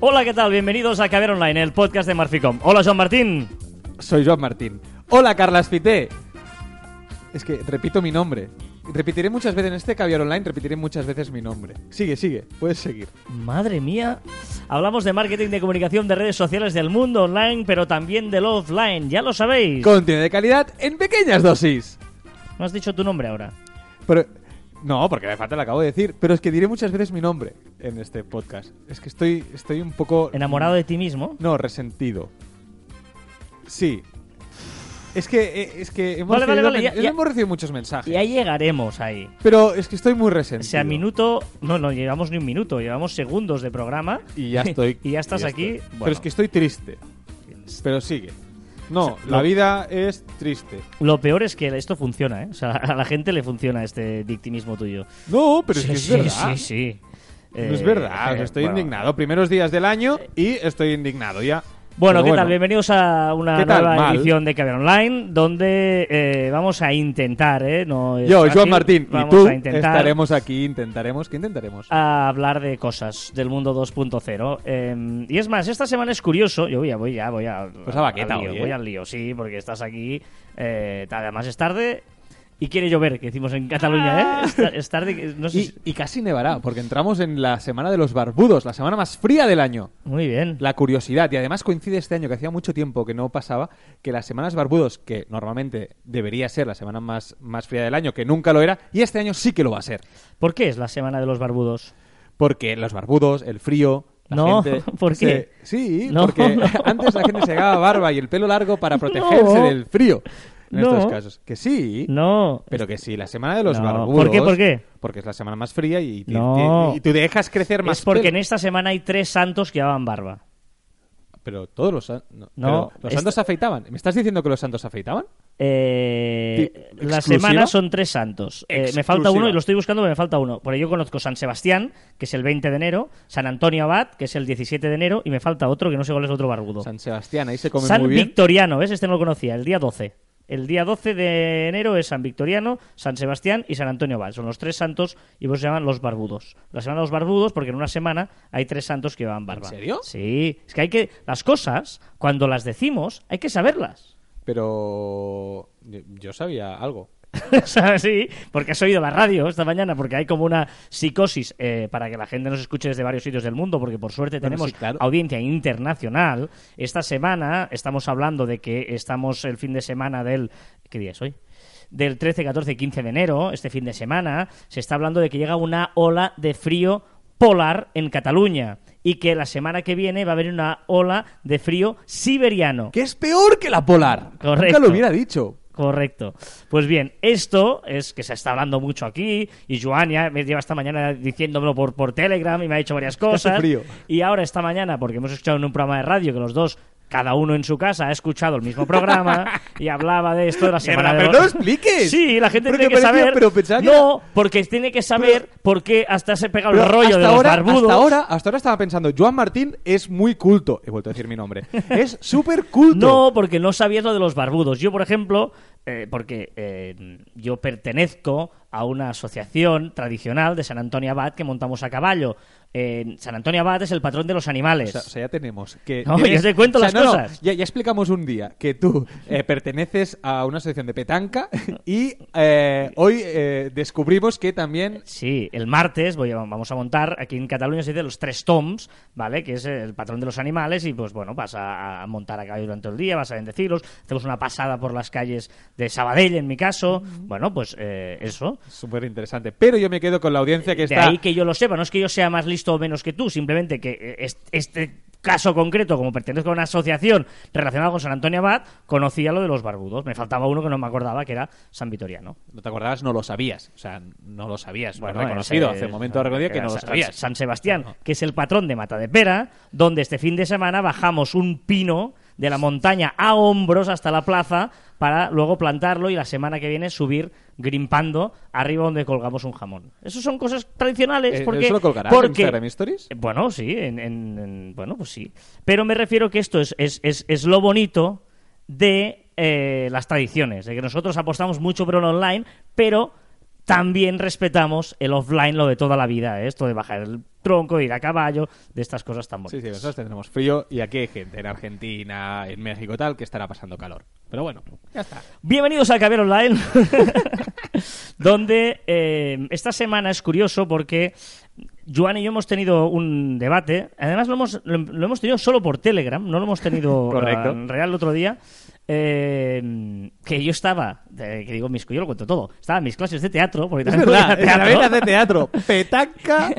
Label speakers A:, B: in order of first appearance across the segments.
A: Hola, ¿qué tal? Bienvenidos a Caber Online, el podcast de Marficom. Hola, Joan Martín.
B: Soy Joan Martín. Hola, Carlas Fité. Es que repito mi nombre. Repetiré muchas veces en este caviar online, repetiré muchas veces mi nombre. Sigue, sigue, puedes seguir.
A: Madre mía. Hablamos de marketing, de comunicación, de redes sociales, del mundo online, pero también del offline. Ya lo sabéis.
B: Contenido de calidad en pequeñas dosis.
A: No has dicho tu nombre ahora.
B: Pero no, porque me falta, lo acabo de decir. Pero es que diré muchas veces mi nombre en este podcast. Es que estoy, estoy un poco.
A: Enamorado de ti mismo.
B: No, resentido. Sí. Es que, eh, es que hemos,
A: Vale, vale,
B: tenido
A: vale,
B: men-
A: ya- ya-
B: hemos recibido muchos mensajes.
A: Y ahí llegaremos ahí.
B: Pero es que estoy muy
A: O
B: resentido.
A: sea, minuto. No, no llevamos ni un minuto, llevamos segundos de programa.
B: Y ya estoy.
A: y ya estás aquí.
B: estoy.
A: Bueno.
B: Pero es que estoy triste. Pero sigue. No, la
A: lo-
B: vida es triste.
A: Lo peor es que esto funciona, ¿eh? O sea, a la gente le funciona este victimismo tuyo.
B: No, pero es
A: sí,
B: que es
A: sí, sí,
B: verdad.
A: sí.
B: No es
A: Eh,
B: verdad,
A: eh,
B: estoy
A: bueno.
B: indignado. Primeros días del año y estoy indignado ya.
A: Bueno,
B: Pero
A: ¿qué tal? Bienvenidos a una
B: ¿Qué tal?
A: nueva
B: Mal.
A: edición de Caber Online, donde eh, vamos a intentar, ¿eh? No es
B: Yo,
A: fácil,
B: Joan Martín y
A: vamos
B: tú
A: a intentar Ah,
B: estaremos aquí, intentaremos, ¿qué intentaremos?
A: a hablar de cosas del mundo 2.0. Eh, y es más, esta semana es curioso. Yo voy a, voy ya, voy a.
B: Pues a baqueta
A: al lío,
B: hoy, ¿eh?
A: Voy al lío, sí, porque estás aquí. Eh, ta- además es tarde y quiere llover, que decimos en Cataluña, ¿eh? Es, ta- es tarde, que- no sé.
B: Ah. Y,
A: si-
B: y casi nevará, porque entramos en la semana de los barbudos, la semana más fría del año.
A: Muy bien.
B: La curiosidad, y además coincide este año, que hacía mucho tiempo que no pasaba, que las semanas barbudos, que normalmente debería ser la semana más, más fría del año, que nunca lo era, y este año sí que lo va a ser.
A: ¿Por qué es la semana de los barbudos?
B: Porque los barbudos, el frío. La
A: No,
B: gente
A: ¿por qué?
B: se- Sí,
A: No,
B: porque
A: no.
B: antes la gente se daba barba y el pelo largo para protegerse
A: No.
B: del frío. En
A: No.
B: estos casos. Que sí.
A: No.
B: Pero que sí, la semana de los
A: No.
B: barbudos.
A: ¿Por qué, por qué?
B: Porque es la semana más fría y, y-
A: No.
B: y tú dejas crecer más
A: Es porque en
B: pelo.
A: esta semana hay tres santos que llevaban barba.
B: Pero todos los, san- no,
A: e- No,
B: pero los
A: esta-
B: santos se afeitaban. ¿Me estás diciendo que los santos se afeitaban?
A: Eh,
B: Di-
A: la
B: ¿exclusiva?
A: semana son tres santos. Eh, me
B: Exclusiva.
A: falta uno y lo estoy buscando, pero me falta uno. Por yo conozco San Sebastián, que es el 20 de enero, San Antonio Abad, que es el 17 de enero, y me falta otro que no sé cuál es otro barbudo.
B: San Sebastián, ahí se come
A: San
B: muy bien.
A: Victoriano, ¿ves? Este no lo conocía, el día 12. El día 12 de enero es San Victoriano, San Sebastián y San Antonio Abad. Son los tres santos y vos se llaman los barbudos. La semana de los barbudos, porque en una semana hay tres santos que van barba.
B: ¿En serio?
A: Sí. Es que hay que. Las cosas, cuando las decimos, hay que saberlas.
B: Pero yo- yo sabía algo.
A: O sea, Sí, porque has oído la radio esta mañana, porque hay como una psicosis eh, para que la gente nos escuche desde varios sitios del mundo, porque por suerte
B: Bueno,
A: tenemos
B: sí, claro.
A: audiencia internacional. Esta semana estamos hablando de que estamos el fin de semana del... ¿Qué día es hoy? Del 13, 14 y 15 de enero, este fin de semana, se está hablando de que llega una ola de frío polar en Cataluña y que la semana que viene va a haber una ola de frío siberiano.
B: Que es peor que la polar.
A: Correcto.
B: Nunca lo hubiera dicho.
A: Correcto. Pues bien, esto es que se está hablando mucho aquí y Joan ya me lleva esta mañana diciéndomelo por, por Telegram y me ha dicho varias
B: hace
A: cosas.
B: frío.
A: Y ahora esta mañana, porque hemos escuchado en un programa de radio que los dos, cada uno en su casa, ha escuchado el mismo programa y hablaba de esto de la semana
B: Mierda,
A: de
B: pero
A: los-
B: no lo expliques.
A: Sí, la gente
B: Porque
A: tiene que
B: parecía-
A: saber.
B: pero pensaba que
A: no, porque tiene que saber
B: Pero-
A: por qué hasta se pega el
B: Pero
A: rollo
B: hasta
A: de los
B: ahora,
A: barbudos.
B: Hasta ahora, hasta ahora estaba pensando, Joan Martín es muy culto. He vuelto a decir mi nombre. Es súper culto.
A: No, porque no sabías lo de los barbudos. Yo, por ejemplo, eh, porque eh, yo pertenezco a una asociación tradicional de San Antonio Abad que montamos a caballo. Eh, San Antonio Abad es el patrón de los
B: O
A: animales.
B: sea, o sea, ya tenemos que...
A: No, ya te cuento las cosas.
B: ya, ya explicamos un día que tú eh, perteneces a una asociación de petanca y eh, hoy eh, descubrimos que también...
A: Sí, el martes voy a- vamos a montar, aquí en Cataluña se dice los tres toms, ¿vale? Que es el patrón de los animales y pues bueno, vas a, a montar a caballo durante el día, vas a bendecirlos, hacemos una pasada por las calles de Sabadell en mi caso, bueno, pues eh, eso.
B: Súper interesante. Pero yo me quedo con la audiencia que está...
A: De ahí que yo lo sepa, no es que yo sea más listo o menos que tú, simplemente que eh, est- este caso concreto, como pertenezco a una asociación relacionada con San Antonio Abad, conocía lo de los barbudos. Me faltaba uno que no me acordaba, que era San Vitoriano.
B: No te acordabas, no lo sabías. O sea, no lo sabías. Lo has
A: Bueno,
B: reconocido.
A: ese
B: Hace
A: es-
B: un momento has reconocido que no lo
A: San-
B: sabías.
A: San Sebastián, que es el patrón de Mata de Pera, donde este fin de semana bajamos un pino de la montaña a hombros hasta la plaza para luego plantarlo y la semana que viene subir grimpando arriba donde colgamos un jamón. Esas son cosas tradicionales
B: Eh,
A: porque
B: ¿Eso lo colgarás en
A: porque
B: Instagram Stories?
A: eh, Bueno, sí, en, en- en- bueno, pues sí. Pero me refiero que esto es, es, es, es lo bonito de eh, las tradiciones, de que nosotros apostamos mucho por el online, pero también respetamos el offline, lo de toda la vida, ¿eh? esto de bajar el tronco, de ir a caballo, de estas cosas tan
B: Sí,
A: bonitas.
B: sí, nosotros tendremos frío y aquí hay gente en Argentina, en México tal, que estará pasando calor. Pero bueno, ya está.
A: Bienvenidos a Caber Online, donde eh, esta semana es curioso porque Joan y yo hemos tenido un debate. Además, lo hemos, lo, lo hemos tenido solo por Telegram, no lo hemos tenido
B: Correcto.
A: eh, en real el otro día. eh, que yo estaba, eh, que digo, mis, yo lo cuento todo, estaba en mis clases de teatro, porque
B: Es
A: también
B: verdad,
A: voy a teatro.
B: Isabel hace teatro. Petaca,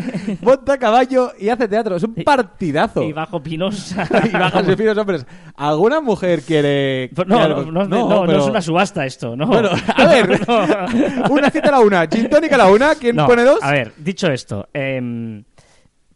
B: monta a caballo y hace teatro. Es un partidazo.
A: y bajo Pinosa.
B: Y bajan sus finos hombres. ¿Alguna mujer quiere.?
A: Pero No,
B: Claro,
A: no, no, no, no
B: pero-
A: es una subasta esto, ¿no?
B: Bueno, a ver.
A: No.
B: una cita a la una, gin tonic a la una, ¿quién
A: No,
B: pone dos?
A: A ver, dicho esto, em,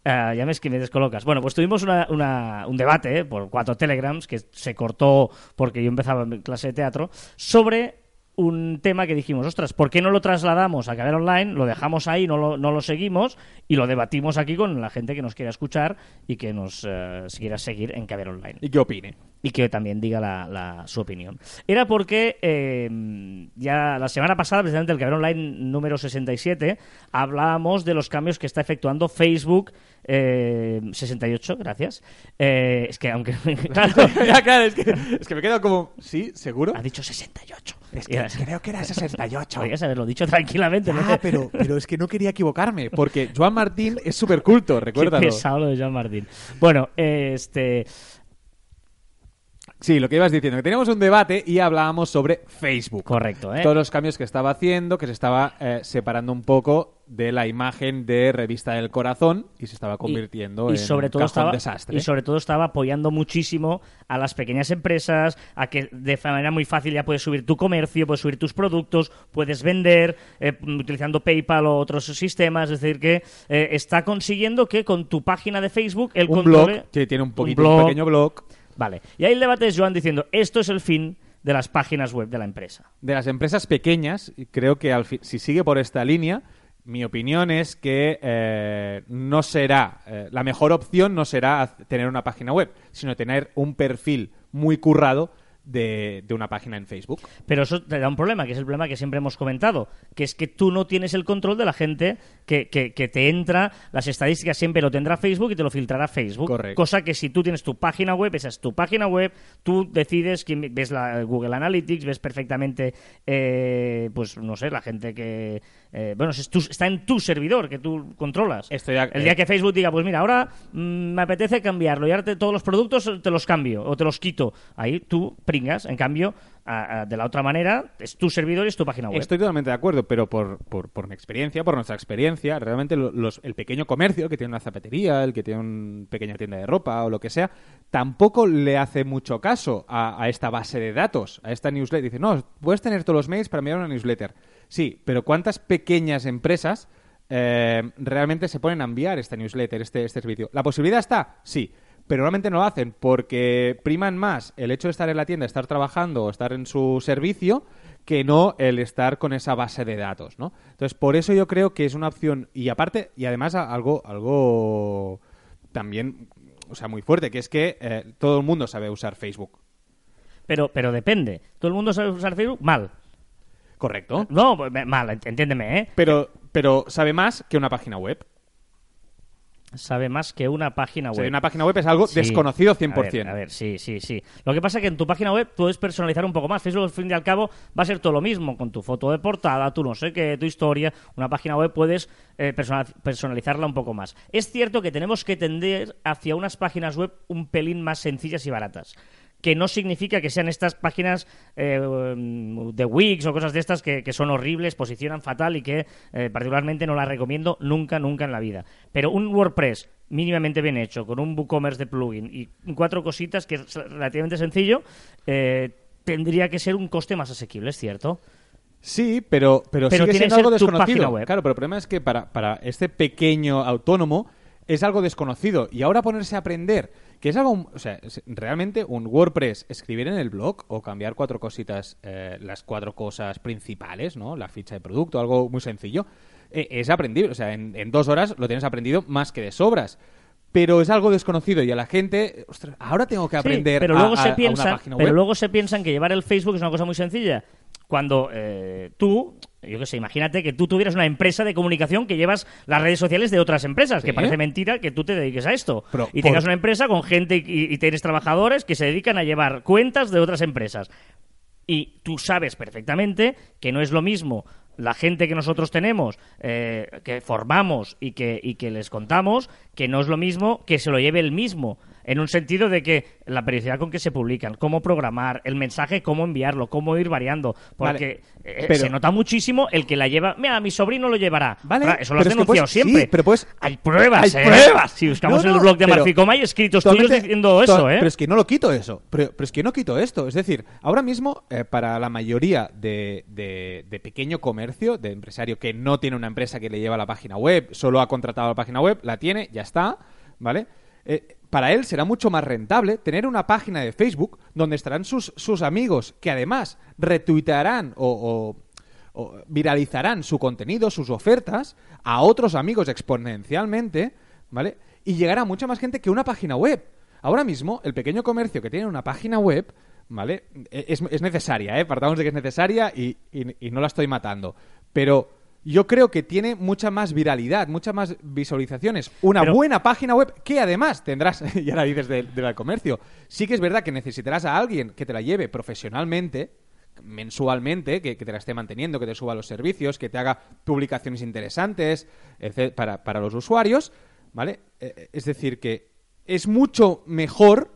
A: ah, ya ves que me descolocas. Bueno, pues tuvimos una- una- un debate eh, por cuatro telegrams que se cortó porque yo empezaba mi clase de teatro sobre un tema que dijimos, ostras, ¿por qué no lo trasladamos a Caber Online? Lo dejamos ahí, no lo, no lo seguimos y lo debatimos aquí con la gente que nos quiera escuchar y que nos eh, quiera seguir en Caber Online
B: ¿Y qué opine?
A: y que también diga la, la- su opinión. Era porque eh, ya la semana pasada, precisamente el Cabrón Online número 67, hablábamos de los cambios que está efectuando Facebook eh, 68, gracias. Eh, es que aunque... claro,
B: Ya, claro, es que, es que me quedo como. ¿Sí? ¿Seguro?
A: ha dicho 68.
B: Es
A: Ya,
B: que creo que era 68.
A: Podrías haberlo dicho tranquilamente. ¿no?
B: Ah, pero, pero es que no quería equivocarme, porque Joan Martín es súper culto, recuérdalo.
A: Qué pesado lo de Jean Martín. Bueno, eh, este...
B: Sí, lo que ibas diciendo, que teníamos un debate y hablábamos sobre Facebook.
A: Correcto, ¿eh?
B: Todos los cambios que estaba haciendo, que se estaba eh, separando un poco de la imagen de revista del corazón y se estaba convirtiendo
A: y
B: en
A: sobre todo
B: un cajón
A: estaba,
B: desastre.
A: Y sobre todo estaba apoyando muchísimo a las pequeñas empresas, a que de manera muy fácil ya puedes subir tu comercio, puedes subir tus productos, puedes vender eh, utilizando PayPal o otros sistemas. Es decir, que eh, está consiguiendo que con tu página de Facebook el
B: un
A: controle...
B: blog que tiene un poquito
A: blog.
B: un pequeño blog
A: Vale. Y ahí el debate es Joan diciendo, esto es el fin de las páginas web de la empresa.
B: de las empresas pequeñas y creo que al fi- si sigue por esta línea mi opinión es que eh, no será eh, la mejor opción no será haz- tener una página web sino tener un perfil muy currado de, de una página en Facebook
A: Pero eso te da un problema, que es el problema que siempre hemos comentado, que es que tú no tienes el control de la gente que, que- que te entra, las estadísticas siempre lo tendrá Facebook y te lo filtrará Facebook.
B: Correcto.
A: Cosa que si tú tienes tu página web, esa es tu página web, tú decides, quién, ves la Google Analytics, ves perfectamente, eh, pues no sé, la gente que... eh, bueno, es tu- está en tu servidor que tú controlas.
B: Estoy de ac-
A: el día que Facebook diga, pues mira, ahora mm, me apetece cambiarlo y ahora te- todos los productos te los cambio o te los quito. Ahí tú pringas. En cambio, a- a- de la otra manera, es tu servidor y es tu página web.
B: Estoy totalmente de acuerdo, pero por, por, por mi experiencia, por nuestra experiencia, realmente lo- los, el pequeño comercio, el que tiene una zapatería, el que tiene una pequeña tienda de ropa o lo que sea, tampoco le hace mucho caso a, a esta base de datos, a esta newsletter. Dice, no, puedes tener todos los mails para enviar una newsletter. Sí, pero ¿cuántas pequeñas empresas eh, realmente se ponen a enviar esta newsletter, este, este servicio? ¿La posibilidad está? Sí. Pero normalmente no lo hacen porque priman más el hecho de estar en la tienda, estar trabajando o estar en su servicio que no el estar con esa base de datos, ¿no? Entonces, por eso yo creo que es una opción y aparte y además a- algo algo también o sea, muy fuerte, que es que eh, todo el mundo sabe usar Facebook.
A: Pero, pero depende. ¿Todo el mundo sabe usar Facebook? Mal.
B: Correcto.
A: No, pues, me- mal, ent- entiéndeme, ¿eh?
B: Pero pero sabe más que una página web.
A: Sabe más que una página
B: O
A: web.
B: sea, una página web es algo
A: Sí.
B: desconocido 100%.
A: A ver, a ver, sí, sí, sí. Lo que pasa es que en tu página web puedes personalizar un poco más. Facebook, al fin y al cabo, va a ser todo lo mismo, con tu foto de portada, tu no sé qué, tu historia. Una página web puedes eh, personal- personalizarla un poco más. Es cierto que tenemos que tender hacia unas páginas web un pelín más sencillas y baratas. Que no significa que sean estas páginas eh, de Wix o cosas de estas que, que son horribles, posicionan fatal y que eh, particularmente no las recomiendo nunca, nunca en la vida. Pero un WordPress mínimamente bien hecho, con un WooCommerce de plugin y cuatro cositas que es relativamente sencillo, eh, tendría que ser un coste más asequible, es cierto.
B: Sí, pero, pero,
A: Pero tiene
B: sigue
A: que
B: siendo
A: ser
B: algo
A: tu página
B: desconocido.
A: web.
B: Claro, pero el problema es que para, para este pequeño autónomo es algo desconocido. Y ahora ponerse a aprender, que es algo. O sea, es realmente un WordPress, escribir en el blog o cambiar cuatro cositas, eh, las cuatro cosas principales, ¿no? La ficha de producto, algo muy sencillo, eh, es aprendible. O sea, en, en dos horas lo tienes aprendido más que de sobras. Pero es algo desconocido y a la gente, ostras, ahora tengo que
A: Sí,
B: aprender
A: pero
B: a-
A: luego
B: a- a
A: se
B: una
A: piensan,
B: página
A: pero
B: web.
A: luego se piensan que llevar el Facebook es una cosa muy sencilla. Cuando eh, tú, yo qué sé, imagínate que tú tuvieras una empresa de comunicación que llevas las redes sociales de otras empresas, que
B: Sí.
A: parece mentira que tú te dediques a esto.
B: Pero,
A: y
B: por-
A: tengas una empresa con gente y, y tienes trabajadores que se dedican a llevar cuentas de otras empresas. Y tú sabes perfectamente que no es lo mismo la gente que nosotros tenemos, eh, que formamos y que, y que les contamos, que no es lo mismo que se lo lleve el mismo. En un sentido de que la periodicidad con que se publican, cómo programar, el mensaje, cómo enviarlo, cómo ir variando. Porque eh,
B: pero-
A: se nota muchísimo el que la lleva. Mira, mi sobrino lo llevará.
B: Vale,
A: Claro, Eso lo has
B: pero es que
A: denunciado
B: puedes-
A: siempre.
B: sí, pero puedes-
A: Hay pruebas,
B: Hay
A: ¿eh?
B: pruebas.
A: Si buscamos en
B: No, no,
A: el blog de
B: pero-
A: Marficoma hay escritos tuyos
B: Totalmente-
A: diciendo
B: to-
A: eso, ¿eh?
B: Pero es que no lo quito eso. Pero, pero es que no quito esto. Es decir, ahora mismo, eh, para la mayoría de, de- de pequeño comercio, de empresario que no tiene una empresa que le lleva a la página web, solo ha contratado la página web, la tiene, ya está, ¿vale? Eh, para él será mucho más rentable tener una página de Facebook donde estarán sus, sus amigos que además retuitearán o- o o viralizarán su contenido, sus ofertas, a otros amigos exponencialmente, ¿vale? Y llegará a mucha más gente que una página web. Ahora mismo, el pequeño comercio que tiene una página web, ¿vale? E-, Es, es necesaria, ¿eh? Partamos de que es necesaria y, y- y no la estoy matando. Pero yo creo que tiene mucha más viralidad, muchas más visualizaciones. Una
A: Pero-
B: buena página web que además tendrás, y ahora dices del del comercio, sí que es verdad que necesitarás a alguien que te la lleve profesionalmente, mensualmente, que, que te la esté manteniendo, que te suba los servicios, que te haga publicaciones interesantes etc., para, para los usuarios, ¿vale? Eh, eh, Es decir, que es mucho mejor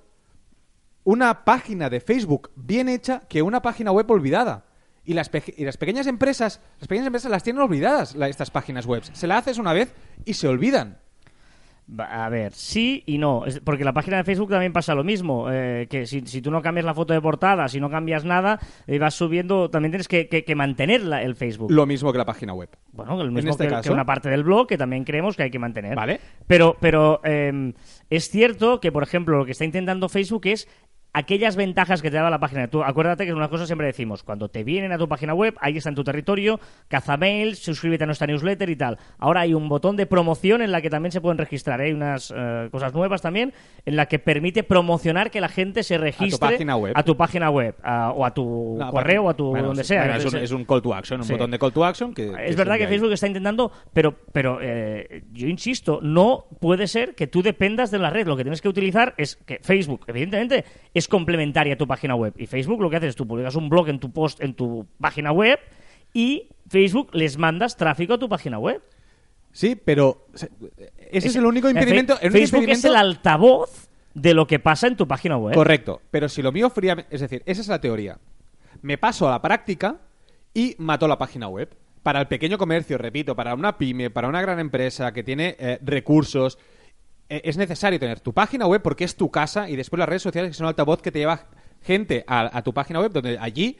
B: una página de Facebook bien hecha que una página web olvidada. Y las, pe- y las pequeñas empresas, las pequeñas empresas las tienen olvidadas la- estas páginas web. Se la haces una vez y se olvidan.
A: Va- A ver, sí y no. Es- Porque la página de Facebook también pasa lo mismo. eh, que si, si tú no cambias la foto de portada, si no cambias nada, eh, vas subiendo. También tienes que, que, que mantenerla el Facebook.
B: Lo mismo que la página web.
A: Bueno, el mismo
B: este
A: que, que
B: caso.
A: una parte del blog que también creemos que hay que mantener.
B: Vale.
A: Pero, pero eh, es cierto que, por ejemplo, lo que está intentando Facebook es aquellas ventajas que te daba la página. Tú acuérdate que es una cosa que siempre decimos, cuando te vienen a tu página web, ahí está en tu territorio, caza mail, suscríbete a nuestra newsletter y tal. Ahora hay un botón de promoción en la que también se pueden registrar. ¿eh? Hay unas eh, cosas nuevas también en la que permite promocionar que la gente se registre
B: página web.
A: a tu página web, a- o a tu
B: No,
A: correo, o a tu
B: bueno,
A: donde
B: sí,
A: sea.
B: bueno, es, un,
A: Entonces,
B: es un call to action, un
A: Sí.
B: botón de call to action que... que
A: es verdad
B: siempre
A: que
B: hay.
A: Facebook está intentando, pero, pero eh, yo insisto, no puede ser que tú dependas de la red. Lo que tienes que utilizar es que Facebook, evidentemente, es complementaria a tu página web. Y Facebook lo que hace es tú publicas un blog en tu post en tu página web y Facebook les mandas tráfico a tu página web.
B: Sí, pero se- ese es el único
A: Eh, Fe-
B: impedimento. el único
A: Facebook es
B: impedimento-
A: el ¿eh? altavoz de lo que pasa en tu página web.
B: Correcto, pero si lo mío fríamente... Es decir, esa es la teoría. Me paso a la práctica y mato la página web. Para el pequeño comercio, repito, para una pyme, para una gran empresa que tiene eh, recursos, eh, es necesario tener tu página web porque es tu casa y después las redes sociales que son altavoz que te lleva gente a, a tu página web donde allí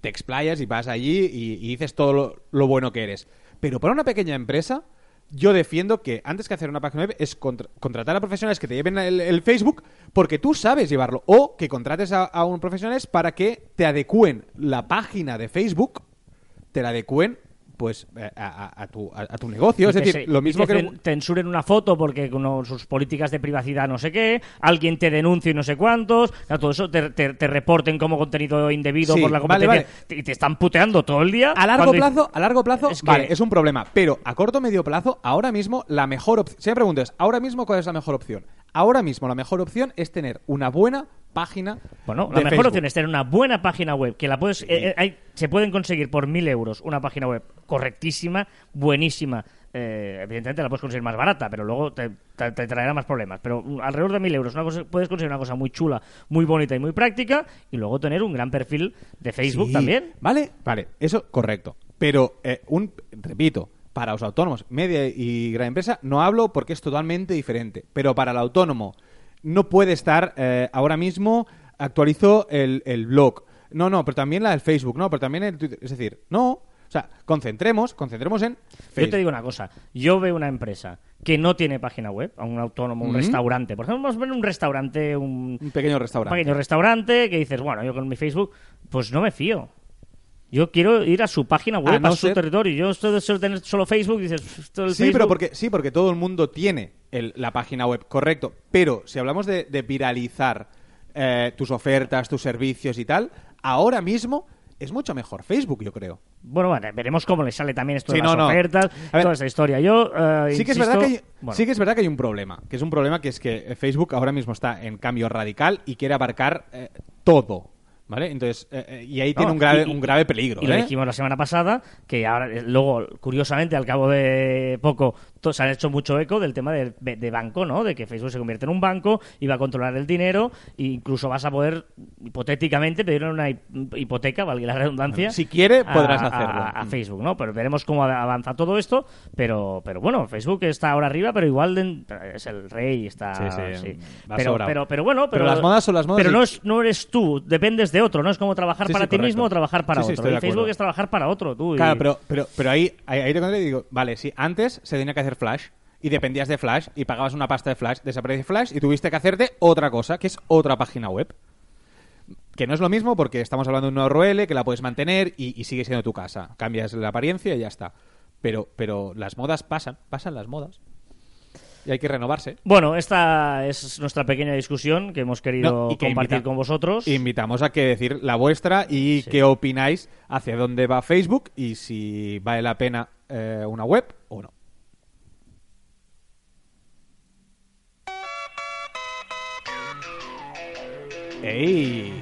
B: te explayas y vas allí y, y dices todo lo, lo bueno que eres. Pero para una pequeña empresa, yo defiendo que antes que hacer una página web es contra- contratar a profesionales que te lleven el, el Facebook porque tú sabes llevarlo o que contrates a, a un profesionales para que te adecúen la página de Facebook, te la adecúen pues eh, a, a- a tu, a- a tu negocio. Es
A: Y que
B: decir,
A: se-
B: lo
A: y
B: mismo
A: que,
B: que...
A: cen- censuren una foto porque con sus políticas de privacidad no sé qué, alguien te denuncia y no sé cuántos, claro, todo eso te, te- te reporten como contenido indebido
B: Sí,
A: por la
B: vale,
A: competencia
B: vale.
A: Te- y te están puteando todo el día.
B: A largo
A: cuando dices-
B: plazo, a largo plazo,
A: Es que-
B: vale, es un problema. Pero a corto medio plazo, ahora mismo la mejor opción. Si me preguntas, ahora mismo cuál es la mejor opción. Ahora mismo la mejor opción es tener una buena página.
A: Bueno, la
B: de
A: mejor
B: Facebook.
A: opción es tener una buena página web que la puedes, eh, eh, hay- se pueden conseguir por mil euros una página web correctísima, buenísima. Eh, evidentemente la puedes conseguir más barata, pero luego te, te- te traerá más problemas. Pero mm, alrededor de mil euros una cosa- puedes conseguir una cosa muy chula, muy bonita y muy práctica, y luego tener un gran perfil de Facebook
B: Sí,
A: también.
B: Vale, vale, eso correcto. Pero, eh, un, repito, para los autónomos, media y gran empresa, no hablo porque es totalmente diferente. Pero para el autónomo, no puede estar eh, ahora mismo, actualizo el, el blog. No, no, pero también la del Facebook, no, pero también el Twitter. Es decir, no. O sea, concentremos, concentremos en
A: Yo te digo una cosa, yo veo una empresa que no tiene página web, a un autónomo, un
B: Ujú.
A: restaurante, por ejemplo, vamos a ver un restaurante, un,
B: un pequeño restaurante.
A: pequeño restaurante que dices, bueno, yo con mi Facebook, pues no me fío. Yo quiero ir a su página web,
B: A
A: a,
B: no
A: su
B: ser-
A: territorio. Yo esto de solo tener solo Facebook, dices, "Pff, esto del
B: Sí,
A: Facebook".
B: pero porque, sí, porque todo el mundo tiene el- la página web, correcto. Pero si hablamos de, de viralizar eh, tus ofertas, tus servicios y tal, ahora mismo es mucho mejor Facebook, yo creo.
A: Bueno, bueno, veremos cómo le sale también esto
B: Sí,
A: de las
B: no, no.
A: ofertas,
B: A ver,
A: toda esta historia. Yo, eh,
B: Sí que, es
A: insisto-
B: verdad que hay,
A: bueno,
B: sí que es verdad que hay un problema, que es un problema que es que Facebook ahora mismo está en cambio radical y quiere abarcar eh, todo, ¿vale? Entonces, eh, eh, y ahí tiene
A: No,
B: un grave,
A: y- y-
B: un grave peligro,
A: Y lo
B: ¿eh?
A: dijimos la semana pasada, que ahora, eh, luego, curiosamente, al cabo de poco, to- se han hecho mucho eco del tema de, de- de banco, ¿no? De que Facebook se convierte en un banco y va a controlar el dinero, e incluso vas a poder, hipotéticamente, pedir una hi- hipoteca, valga la redundancia.
B: Si quiere,
A: a-
B: podrás
A: a-
B: hacerlo.
A: A,
B: Mm.
A: Facebook, ¿no? Pero veremos cómo av- avanza todo esto, pero, pero bueno, Facebook está ahora arriba, pero igual de- es el rey, está...
B: Sí, sí, va
A: Pero,
B: sobrado.
A: pero, pero bueno, pero,
B: Pero las modas son las modas
A: Pero
B: y-
A: no, es, no eres tú, dependes de otro, ¿no? Es como trabajar
B: Sí,
A: para
B: sí,
A: ti
B: correcto.
A: mismo o trabajar para
B: Sí, sí,
A: otro.
B: estoy de
A: y Facebook
B: acuerdo.
A: es trabajar para otro, tú. y-
B: Claro, pero, pero, pero ahí, ahí, ahí te conté y digo, vale, sí, antes se tenía que hacer Flash y dependías de Flash y pagabas una pasta de Flash, desaparece Flash y tuviste que hacerte otra cosa, que es otra página web. Que no es lo mismo porque estamos hablando de una URL que la puedes mantener y, y sigue siendo tu casa. Cambias la apariencia y ya está. Pero, pero las modas pasan, pasan las modas. Y hay que renovarse.
A: Bueno, esta es nuestra pequeña discusión que hemos querido
B: No, y que
A: compartir
B: invita-
A: con vosotros.
B: Invitamos a que decir la vuestra y
A: Sí.
B: qué opináis hacia dónde va Facebook y si vale la pena eh, una web o no. ¡Ey!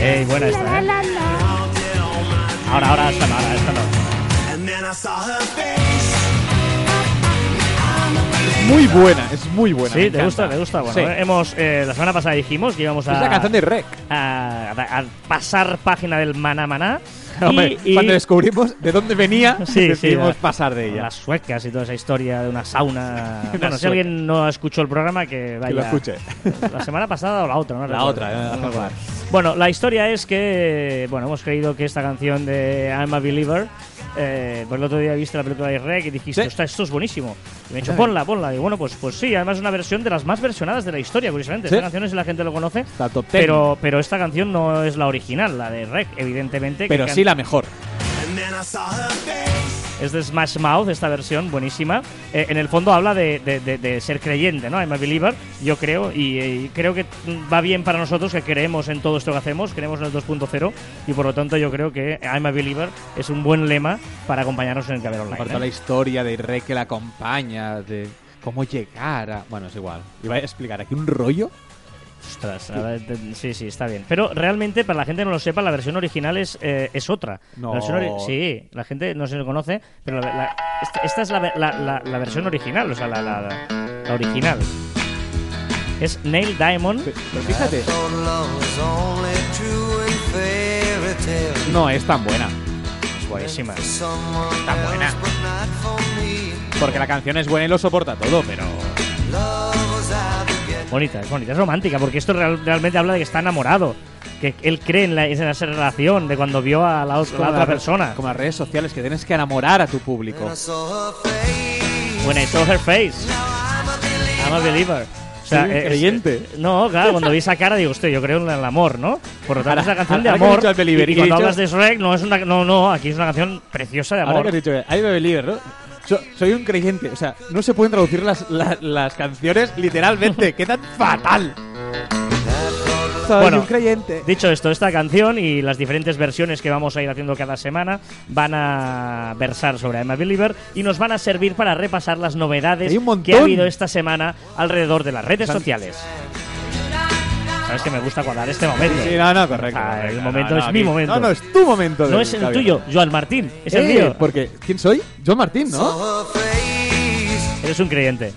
A: Ey, buena esta, ¿eh? Ahora, ahora, esta no, ahora, esta no.
B: Muy buena, es muy buena.
A: Sí,
B: me
A: te gusta,
B: encanta.
A: te gusta. Bueno,
B: Sí.
A: eh, hemos, eh, la semana pasada dijimos que íbamos a.
B: Es la canción de Rec.
A: A, a- a pasar página del maná maná.
B: Hombre,
A: y- y-
B: Cuando descubrimos de dónde venía,
A: Sí, sí,
B: decidimos
A: la-
B: pasar de ella.
A: Las suecas y toda esa historia de una sauna. bueno, si
B: sueca.
A: alguien no escuchó el programa, que vaya.
B: lo escuche.
A: la semana pasada o la otra, ¿no?
B: La
A: recuerdo.
B: otra, eh,
A: No
B: la
A: recuerdo.
B: otra.
A: Bueno, la historia es que, bueno, hemos creído que esta canción de I'm a Believer. Eh, pues el otro día viste la película de Rec y dijiste,
B: Sí.
A: "Ostras, esto es buenísimo. Y me he dicho, ponla, ponla. Y bueno, pues, pues sí, además es una versión de las más versionadas de la historia, curiosamente.
B: Sí.
A: Esta canción es la gente lo conoce.
B: Está top 10.
A: Pero, pero esta canción no es la original, la de Rec, evidentemente. que
B: Pero
A: can-
B: sí la mejor.
A: es de Smash Mouth, esta versión buenísima. Eh, en el fondo habla de, de- de- de ser creyente, ¿no? I'm a believer, yo creo, y, eh, y creo que mm, va bien para nosotros que creemos en todo esto que hacemos, creemos en el 2.0, y por lo tanto yo creo que I'm a believer es un buen lema para acompañarnos en el camino online.
B: Aparte
A: ¿eh?
B: la historia de Rey que la acompaña, de cómo llegar a... Bueno, es igual. Iba a explicar aquí un rollo.
A: Ostras, a ver, te- sí, sí, está bien. Pero realmente, para la gente que no lo sepa, la versión original es, eh, es otra.
B: No.
A: La versión ori- sí, la gente no se lo conoce, pero la- la- esta, esta es la, ve- la- la- la versión original, o sea, la, la- la- la original. Es Neil Diamond.
B: Pe- Pero fíjate, no es tan buena.
A: Es buenísima.
C: Está
B: buena. Porque la canción es buena y lo soporta todo, pero...
A: Bonita, es bonita, es romántica, porque esto real- realmente habla de que está enamorado. Que él cree en, la- en esa relación de cuando vio a la, o- la otra
B: las-
A: persona.
B: Como las redes sociales, que tienes que enamorar a tu público.
A: When I saw her face. I'm a believer. O sea, eh,
B: Soy un
A: es-
B: creyente.
A: no, claro, cuando vi esa cara digo, usted, yo creo en el amor, ¿no? Por lo tanto,
B: Ahora-
A: es una canción de
B: ahora que he
A: amor.
B: dicho el believer
A: y
B: y que he
A: cuando
B: dicho-
A: hablas de Shrek, no es una. No, no, aquí es una canción preciosa de
B: Ahora que has
A: amor.
B: dicho, ahí me believer, ¿no? So- soy un creyente, o sea, no se pueden traducir las, la- las canciones literalmente, quedan fatal. Soy
A: Bueno,
B: un creyente.
A: Dicho esto, esta canción y las diferentes versiones que vamos a ir haciendo cada semana van a versar sobre I'm a Believer y nos van a servir para repasar las novedades
B: Hay un montón.
A: que ha habido esta semana alrededor de las redes sociales. Sabes que me gusta guardar este momento.
B: Sí, no, no, correcto.
A: Ah, el
B: correcto,
A: momento
B: no,
A: es
B: no,
A: mi
B: aquí-
A: momento.
B: No, no, es tu momento.
A: No
B: del-
A: es el
B: Javier.
A: tuyo, Joan Martín, es el
B: Eh,
A: mío.
B: Porque, ¿quién soy? John Martín, ¿no?
A: Eres un creyente.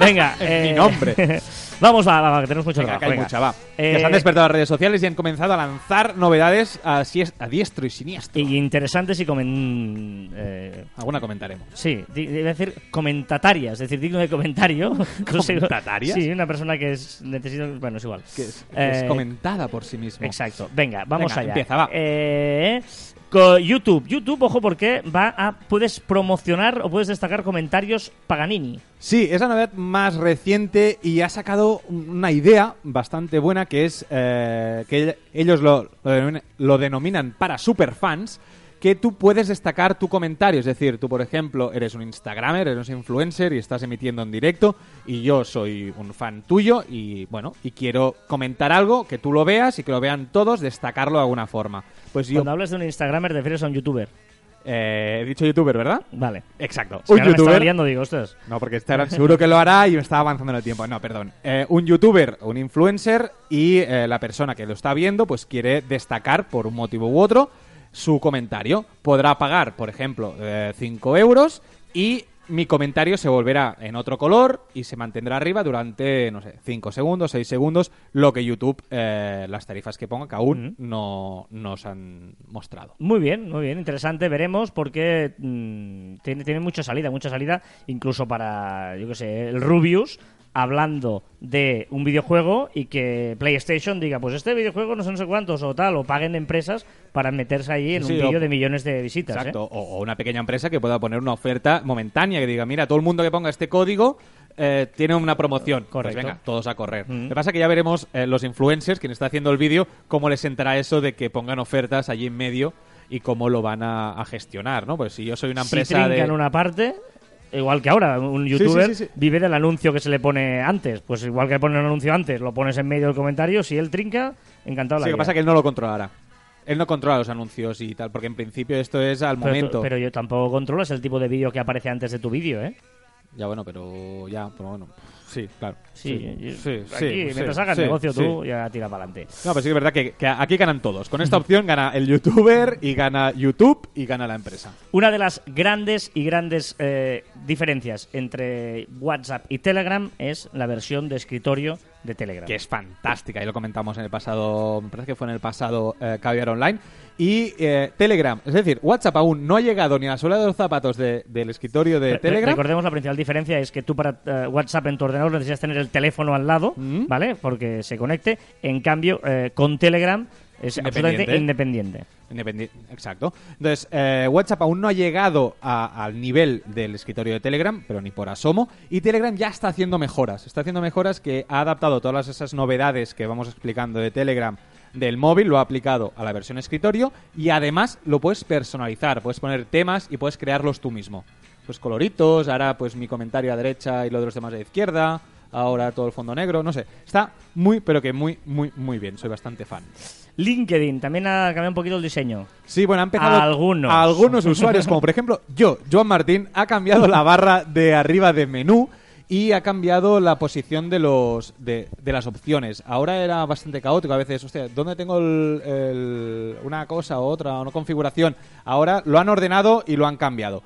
A: Venga, eh,
B: Es mi nombre.
A: Vamos, va, va, va, que tenemos mucho
B: Venga, que
A: trabajo.
B: hay
A: venga.
B: mucha, va.
A: Eh,
B: que se han despertado las redes sociales y han comenzado a lanzar novedades a, sies- a diestro y siniestro.
A: y interesantes y comen. eh,
B: Alguna comentaremos.
A: Sí, di- debe decir comentatarias, es decir, digno de comentario. No sé-
B: ¿Comentatarias?
A: Sí, una persona que es, necesita. Bueno, es igual.
B: Que es, que es
A: Eh,
B: comentada por sí mismo.
A: Exacto. Venga, vamos
B: Venga,
A: allá.
B: empieza, va.
A: Eh, Co- YouTube. YouTube, ojo, porque va a, puedes promocionar o puedes destacar comentarios Paganini.
B: Sí, es la novedad más reciente y ha sacado una idea bastante buena que es eh, que ellos lo, lo denominan, lo denominan para superfans que tú puedes destacar tu comentario. Es decir, tú, por ejemplo, eres un Instagramer, eres un influencer y estás emitiendo en directo y yo soy un fan tuyo y, bueno, y quiero comentar algo, que tú lo veas y que lo vean todos, destacarlo de alguna forma. Pues yo...
A: Cuando hablas de un Instagramer, te refieres a un youtuber.
B: eh, he dicho youtuber, ¿verdad?
A: Vale.
B: Exacto.
A: Es que ahora me estaba liando, digo, ostras.
B: No, porque Instagram seguro que lo hará y me estaba avanzando en el tiempo. No, perdón. Eh, un youtuber, un influencer y eh, la persona que lo está viendo pues quiere destacar por un motivo u otro su comentario. Podrá pagar, por ejemplo, 5 euros y mi comentario se volverá en otro color y se mantendrá arriba durante, no sé, 5 segundos, 6 segundos, lo que YouTube, eh, las tarifas que ponga, que aún no nos han mostrado.
A: Muy bien, muy bien, interesante, veremos porque mm, tiene, tiene mucha salida, mucha salida, incluso para, yo qué sé, el Rubius hablando de un videojuego y que PlayStation diga, pues este videojuego no sé, no sé cuántos o tal, o paguen empresas para meterse ahí en
B: Sí,
A: un
B: o-
A: vídeo de millones de visitas. ¿eh?
B: Exacto. O, o una pequeña empresa que pueda poner una oferta momentánea que diga, mira, todo el mundo que ponga este código eh, tiene una promoción.
A: Correcto.
B: Pues venga, todos a correr.
A: Mm.
B: Lo que pasa es que ya veremos eh, los influencers, quien está haciendo el vídeo, cómo les sentará eso de que pongan ofertas allí en medio y cómo lo van a, a gestionar, ¿no? Pues si yo soy una
A: Si
B: empresa de...
A: trincan una parte, igual que ahora, un
B: sí,
A: youtuber
B: sí, sí.
A: vive del anuncio que se le pone antes. Pues igual que pone un anuncio antes, lo pones en medio del comentario, si él trinca, encantado la
B: Sí, lo que
A: vida.
B: pasa es que él no lo controlará. Él no controla los anuncios y tal, porque en principio esto es al
A: pero, tú-
B: momento.
A: pero yo tampoco controlo es el tipo de vídeo que aparece antes de tu vídeo, ¿eh?
B: Ya bueno, pero ya, pero bueno. Sí, claro.
A: Sí, yo-
B: sí, sí,
A: aquí,
B: sí,
A: mientras hagas
B: sí,
A: negocio
B: sí.
A: tú, ya tira para adelante.
B: No, pero sí que es verdad que, que aquí ganan todos. Con esta opción gana el youtuber y gana YouTube y gana la empresa.
A: Una de las grandes y grandes eh, diferencias entre WhatsApp y Telegram es la versión de escritorio de Telegram.
B: Que es fantástica, y lo comentamos en el pasado, me parece que fue en el pasado eh, Caviar Online. Y eh, Telegram, es decir, WhatsApp aún no ha llegado ni a la suela de los zapatos de- del escritorio de
A: Re-
B: Telegram.
A: Recordemos la principal diferencia es que tú para eh, WhatsApp en tu ordenador necesitas tener el teléfono al lado,
B: Mm.
A: ¿vale? Porque se conecte. En cambio, eh, con Telegram es absolutamente independiente.
B: Independi- Exacto. Entonces, eh, WhatsApp aún no ha llegado a- al nivel del escritorio de Telegram, pero ni por asomo. Y Telegram ya está haciendo mejoras. Está haciendo mejoras que ha adaptado todas esas novedades que vamos explicando de Telegram del móvil, lo ha aplicado a la versión escritorio y además lo puedes personalizar. Puedes poner temas y puedes crearlos tú mismo. Pues coloritos, ahora pues mi comentario a derecha y lo de los demás a la izquierda. Ahora todo el fondo negro, no sé. Está muy, pero que muy, muy, muy bien. Soy bastante fan.
A: LinkedIn también ha cambiado un poquito el diseño.
B: Sí, bueno, han empezado
A: Algunos.
B: algunos usuarios, como por ejemplo yo, Joan Martín, ha cambiado la barra de arriba de menú y ha cambiado la posición de los de, de las opciones. Ahora era bastante caótico, a veces, hostia, ¿dónde tengo el- el- una cosa o otra, una configuración? Ahora lo han ordenado y lo han cambiado.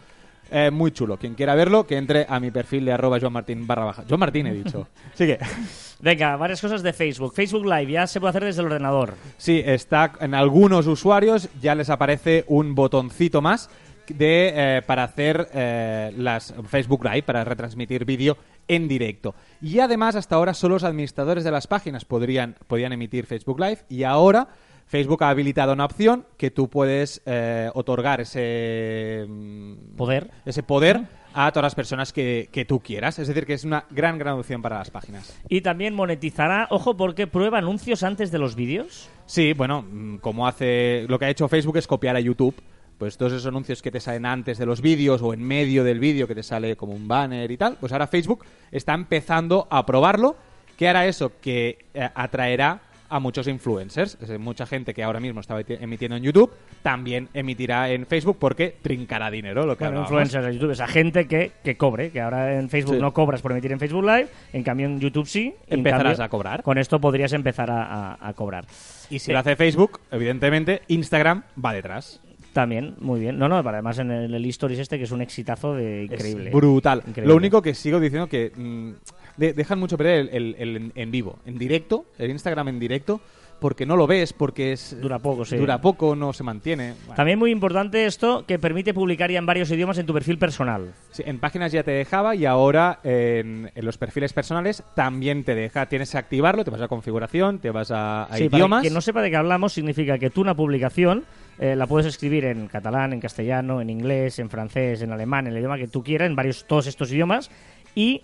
B: Eh, muy chulo. Quien quiera verlo, que entre a mi perfil de arroba Joan Martín barra baja. Joan Martín he dicho. Así que
A: Venga, varias cosas de Facebook. Facebook Live ya se puede hacer desde el ordenador.
B: Sí, está en algunos usuarios ya les aparece un botoncito más de eh, para hacer eh, las Facebook Live para retransmitir vídeo en directo. Y además hasta ahora solo los administradores de las páginas podrían podían emitir Facebook Live y ahora Facebook ha habilitado una opción que tú puedes eh, otorgar ese mm,
A: Poder.
B: ese poder a todas las personas que, que tú quieras. Es decir, que es una gran gran opción para las páginas.
A: Y también monetizará, ojo, porque prueba anuncios antes de los vídeos.
B: Sí, bueno, mm, como hace. Lo que ha hecho Facebook es copiar a YouTube. Pues todos esos anuncios que te salen antes de los vídeos o en medio del vídeo que te sale como un banner y tal. Pues ahora Facebook está empezando a probarlo. ¿Qué hará eso? Que eh, atraerá a muchos influencers. Es decir, mucha gente que ahora mismo estaba emitiendo en YouTube también emitirá en Facebook porque trincará dinero, lo que
A: Bueno,
B: hablábamos.
A: influencers de YouTube, esa gente que, que cobre, que ahora en Facebook
B: Sí.
A: no cobras por emitir en Facebook Live, en cambio en YouTube sí. y en
B: Empezarás
A: cambio
B: a cobrar.
A: Con esto podrías empezar a, a- a cobrar.
B: Y si lo hace Facebook, evidentemente Instagram va detrás.
A: También, muy bien. No, no, para- además en el, el Stories este, que es un exitazo de
B: Es
A: increíble.
B: brutal.
A: Increíble.
B: Lo único que sigo diciendo que mm, de- dejan mucho perder el, el- el en- en vivo, en directo, el Instagram en directo, porque no lo ves, porque es
A: Dura poco, sí.
B: dura poco, no se mantiene. Bueno,
A: También muy importante esto, que permite publicar ya en varios idiomas en tu perfil personal.
B: sí, en páginas ya te dejaba y ahora en, en los perfiles personales también te deja. Tienes que activarlo, te vas a configuración, te vas a, a
A: Sí, para
B: idiomas.
A: quien no sepa de qué hablamos, significa que tú una publicación eh, la puedes escribir en catalán, en castellano, en inglés, en francés, en alemán, en el idioma que tú quieras, en varios, todos estos idiomas. Y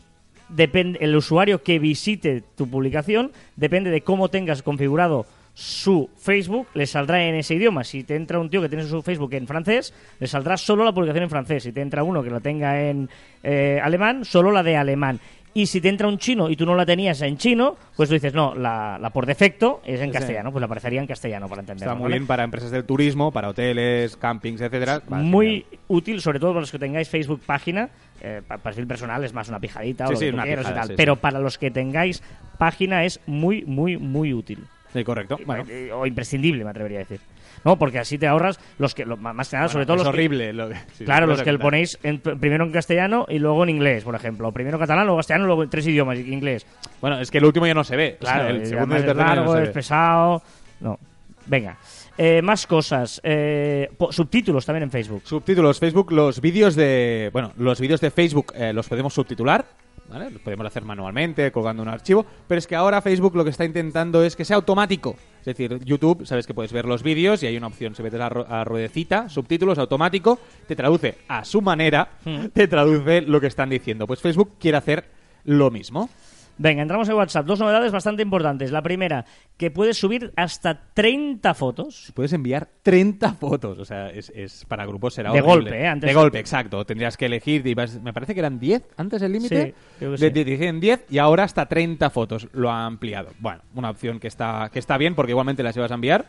A: depende, el usuario que visite tu publicación, depende de cómo tengas configurado su Facebook, le saldrá en ese idioma. Si te entra un tío que tiene su Facebook en francés, le saldrá solo la publicación en francés. Si te entra uno que la tenga en eh, alemán, solo la de alemán. Y si te entra un chino y tú no la tenías en chino, pues tú dices, no, la, la por defecto es en
B: Sí.
A: castellano, pues la aparecería en castellano para entenderlo.
B: Está muy
A: ¿vale?
B: bien pues, para empresas del turismo, para hoteles, campings, etcétera. Va,
A: muy
B: genial.
A: útil, sobre todo para los que tengáis Facebook página. Eh, para perfil personal es más una pijadita
B: Sí,
A: o lo
B: sí,
A: que tú
B: una
A: quieras
B: pijada,
A: y tal.
B: sí,
A: Pero
B: sí.
A: para los que tengáis página es muy, muy, muy útil.
B: Sí, correcto. Bueno,
A: Eh, O imprescindible, me atrevería a decir. No, porque así te ahorras los que, lo- más que nada, sobre todo
B: es
A: los que-
B: horrible. lo- sí,
A: claro,
B: lo
A: los que lo
B: recomiendo.
A: ponéis en- primero en castellano y luego en inglés, por ejemplo. Primero catalán, luego castellano, luego en tres idiomas, en inglés.
B: Bueno, es que el último ya no se ve. O sea,
A: Claro,
B: el
A: y
B: segundo
A: además
B: y el
A: es
B: tercero ya no
A: largo,
B: se
A: es
B: ve.
A: pesado. No, venga. Eh, más cosas. Eh, po- subtítulos también en Facebook.
B: Subtítulos Facebook, los vídeos de bueno, los vídeos de Facebook eh, los podemos subtitular, ¿vale? Los podemos hacer manualmente, colgando un archivo, pero es que ahora Facebook lo que está intentando es que sea automático. Es decir, YouTube, sabes que puedes ver los vídeos y hay una opción, si metes a, ru- a ruedecita, subtítulos automático, te traduce a su manera, te traduce lo que están diciendo. Pues Facebook quiere hacer lo mismo.
A: Venga, entramos en WhatsApp. Dos novedades bastante importantes. La primera, que puedes subir hasta 30 fotos.
B: Puedes enviar 30 fotos, o sea, es, es- para grupos será
A: De
B: horrible.
A: golpe, ¿eh? Antes-
B: de golpe, exacto. Tendrías que elegir, y vas- me parece que eran 10 antes el límite.
A: Sí, creo que
B: De-
A: sí.
B: de- Dijeron 10 y ahora hasta 30 fotos lo ha ampliado. Bueno, una opción que está, que está bien porque igualmente las ibas a enviar,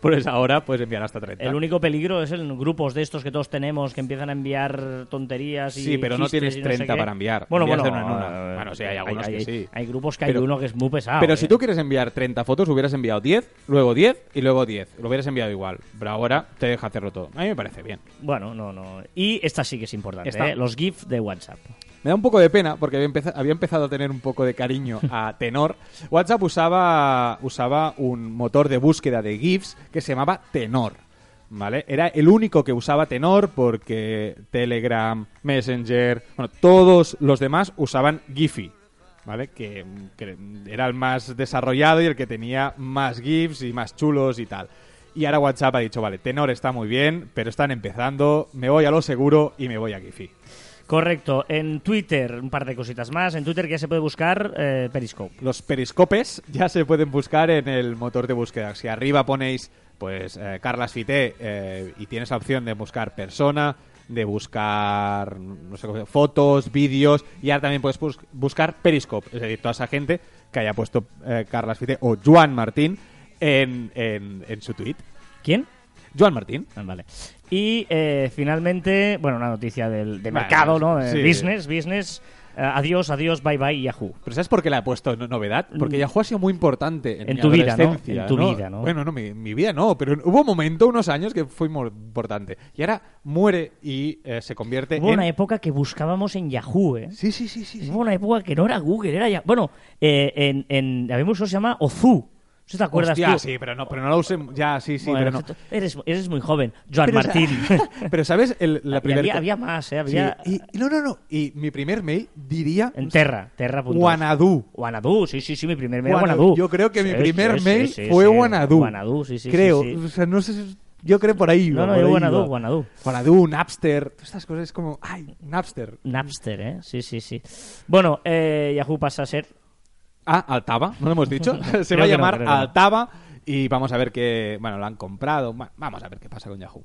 B: pues ahora puedes enviar hasta 30.
A: El único peligro es en grupos de estos que todos tenemos que empiezan a enviar tonterías y
B: Sí, pero no
A: chistes
B: tienes
A: y no sé
B: 30
A: qué.
B: para enviar.
A: Bueno,
B: Envías
A: bueno,
B: de una en una.
A: eh,
B: Bueno, sí, hay algunos que sí.
A: Hay grupos que
B: Pero-
A: hay uno que es muy pesado.
B: Pero
A: ¿eh?
B: si tú quieres enviar 30 fotos, hubieras enviado 10, luego 10 y luego 10. Lo hubieras enviado igual. Pero ahora te deja hacerlo todo. A mí me parece bien.
A: Bueno, no, no. Y esta sí que es importante,
B: Esta.
A: ¿eh? Los GIF de WhatsApp.
B: Me da un poco de pena porque había empeza- había empezado, a tener un poco de cariño a Tenor. WhatsApp usaba, usaba un motor de búsqueda de GIFs que se llamaba Tenor. ¿Vale? Era el único que usaba Tenor porque Telegram, Messenger, bueno, todos los demás usaban Giphy. ¿Vale? Que, que era el más desarrollado y el que tenía más GIFs y más chulos y tal. Y ahora WhatsApp ha dicho, vale, Tenor está muy bien, pero están empezando, me voy a lo seguro y me voy a Giphy.
A: Correcto. En Twitter, un par de cositas más. En Twitter ya se puede buscar eh, Periscope.
B: Los periscopes ya se pueden buscar en el motor de búsqueda. Si arriba ponéis, pues, eh, Carlas Fité eh, y tienes la opción de buscar persona, de buscar, no sé cómo se- fotos, vídeos, y ahora también puedes bus- buscar periscope. Es decir, toda esa gente que haya puesto eh, Carlas Fité o Juan Martín en, en- en su tweet.
A: ¿Quién?
B: Juan Martín.
A: Ah, Vale. Y eh, finalmente, bueno, una noticia del, de
B: Bueno,
A: mercado, ¿no? Eh,
B: sí.
A: Business, business. Eh, adiós, adiós, bye bye, Yahoo.
B: Pero ¿sabes por qué la he puesto en novedad? Porque Yahoo ha sido muy importante en,
A: Mm. En
B: mi
A: tu vida, ¿no?
B: adolescencia,
A: En tu vida, ¿no?
B: Bueno, no, mi, mi vida no, pero hubo un momento, unos años, que fue muy importante. Y ahora muere y eh, se convierte
A: Hubo
B: en...
A: una época que buscábamos en Yahoo, ¿eh?
B: Sí, sí, sí, sí. sí.
A: Hubo una época que no era Google, era Yahoo. Bueno, eh, en, en, había un usuario que se llama Ozu. ¿Sí ¿Te acuerdas
B: Hostia,
A: tú?
B: sí, pero no, pero no la usé... Ya, sí, sí,
A: Bueno,
B: pero no.
A: tú- eres, eres muy joven, Joan
B: Pero, o sea,
A: Martín.
B: pero, ¿sabes? El- la
A: Y
B: primera...
A: había, había más, ¿eh? Había
B: no, no, no. Y mi primer mail diría...
A: en Terra, Terra.
B: Guanadu.
A: Guanadu, sí, sí, sí, mi primer mail era
B: Guanadu.
A: Guanadu.
B: Yo creo que mi
A: Sí,
B: primer
A: sí,
B: mail
A: sí, sí,
B: fue
A: sí.
B: Guanadu.
A: Guanadu, sí, sí. sí,
B: Creo.
A: sí.
B: O sea, no sé. si- Yo creo por ahí. iba,
A: No, no,
B: por
A: yo
B: ahí
A: Guanadu,
B: iba.
A: Guanadu.
B: Guanadu, Napster. Todas estas cosas es como. ¡Ay! Napster.
A: Napster, ¿eh? Sí, sí, sí. Bueno, eh, Yahoo pasa a ser.
B: Ah, Altava, no lo hemos dicho.
A: Creo
B: Se va a
A: que no,
B: llamar
A: creo que no.
B: Altava y vamos a ver qué. Bueno, lo han comprado. Bueno, Vamos a ver qué pasa con Yahoo.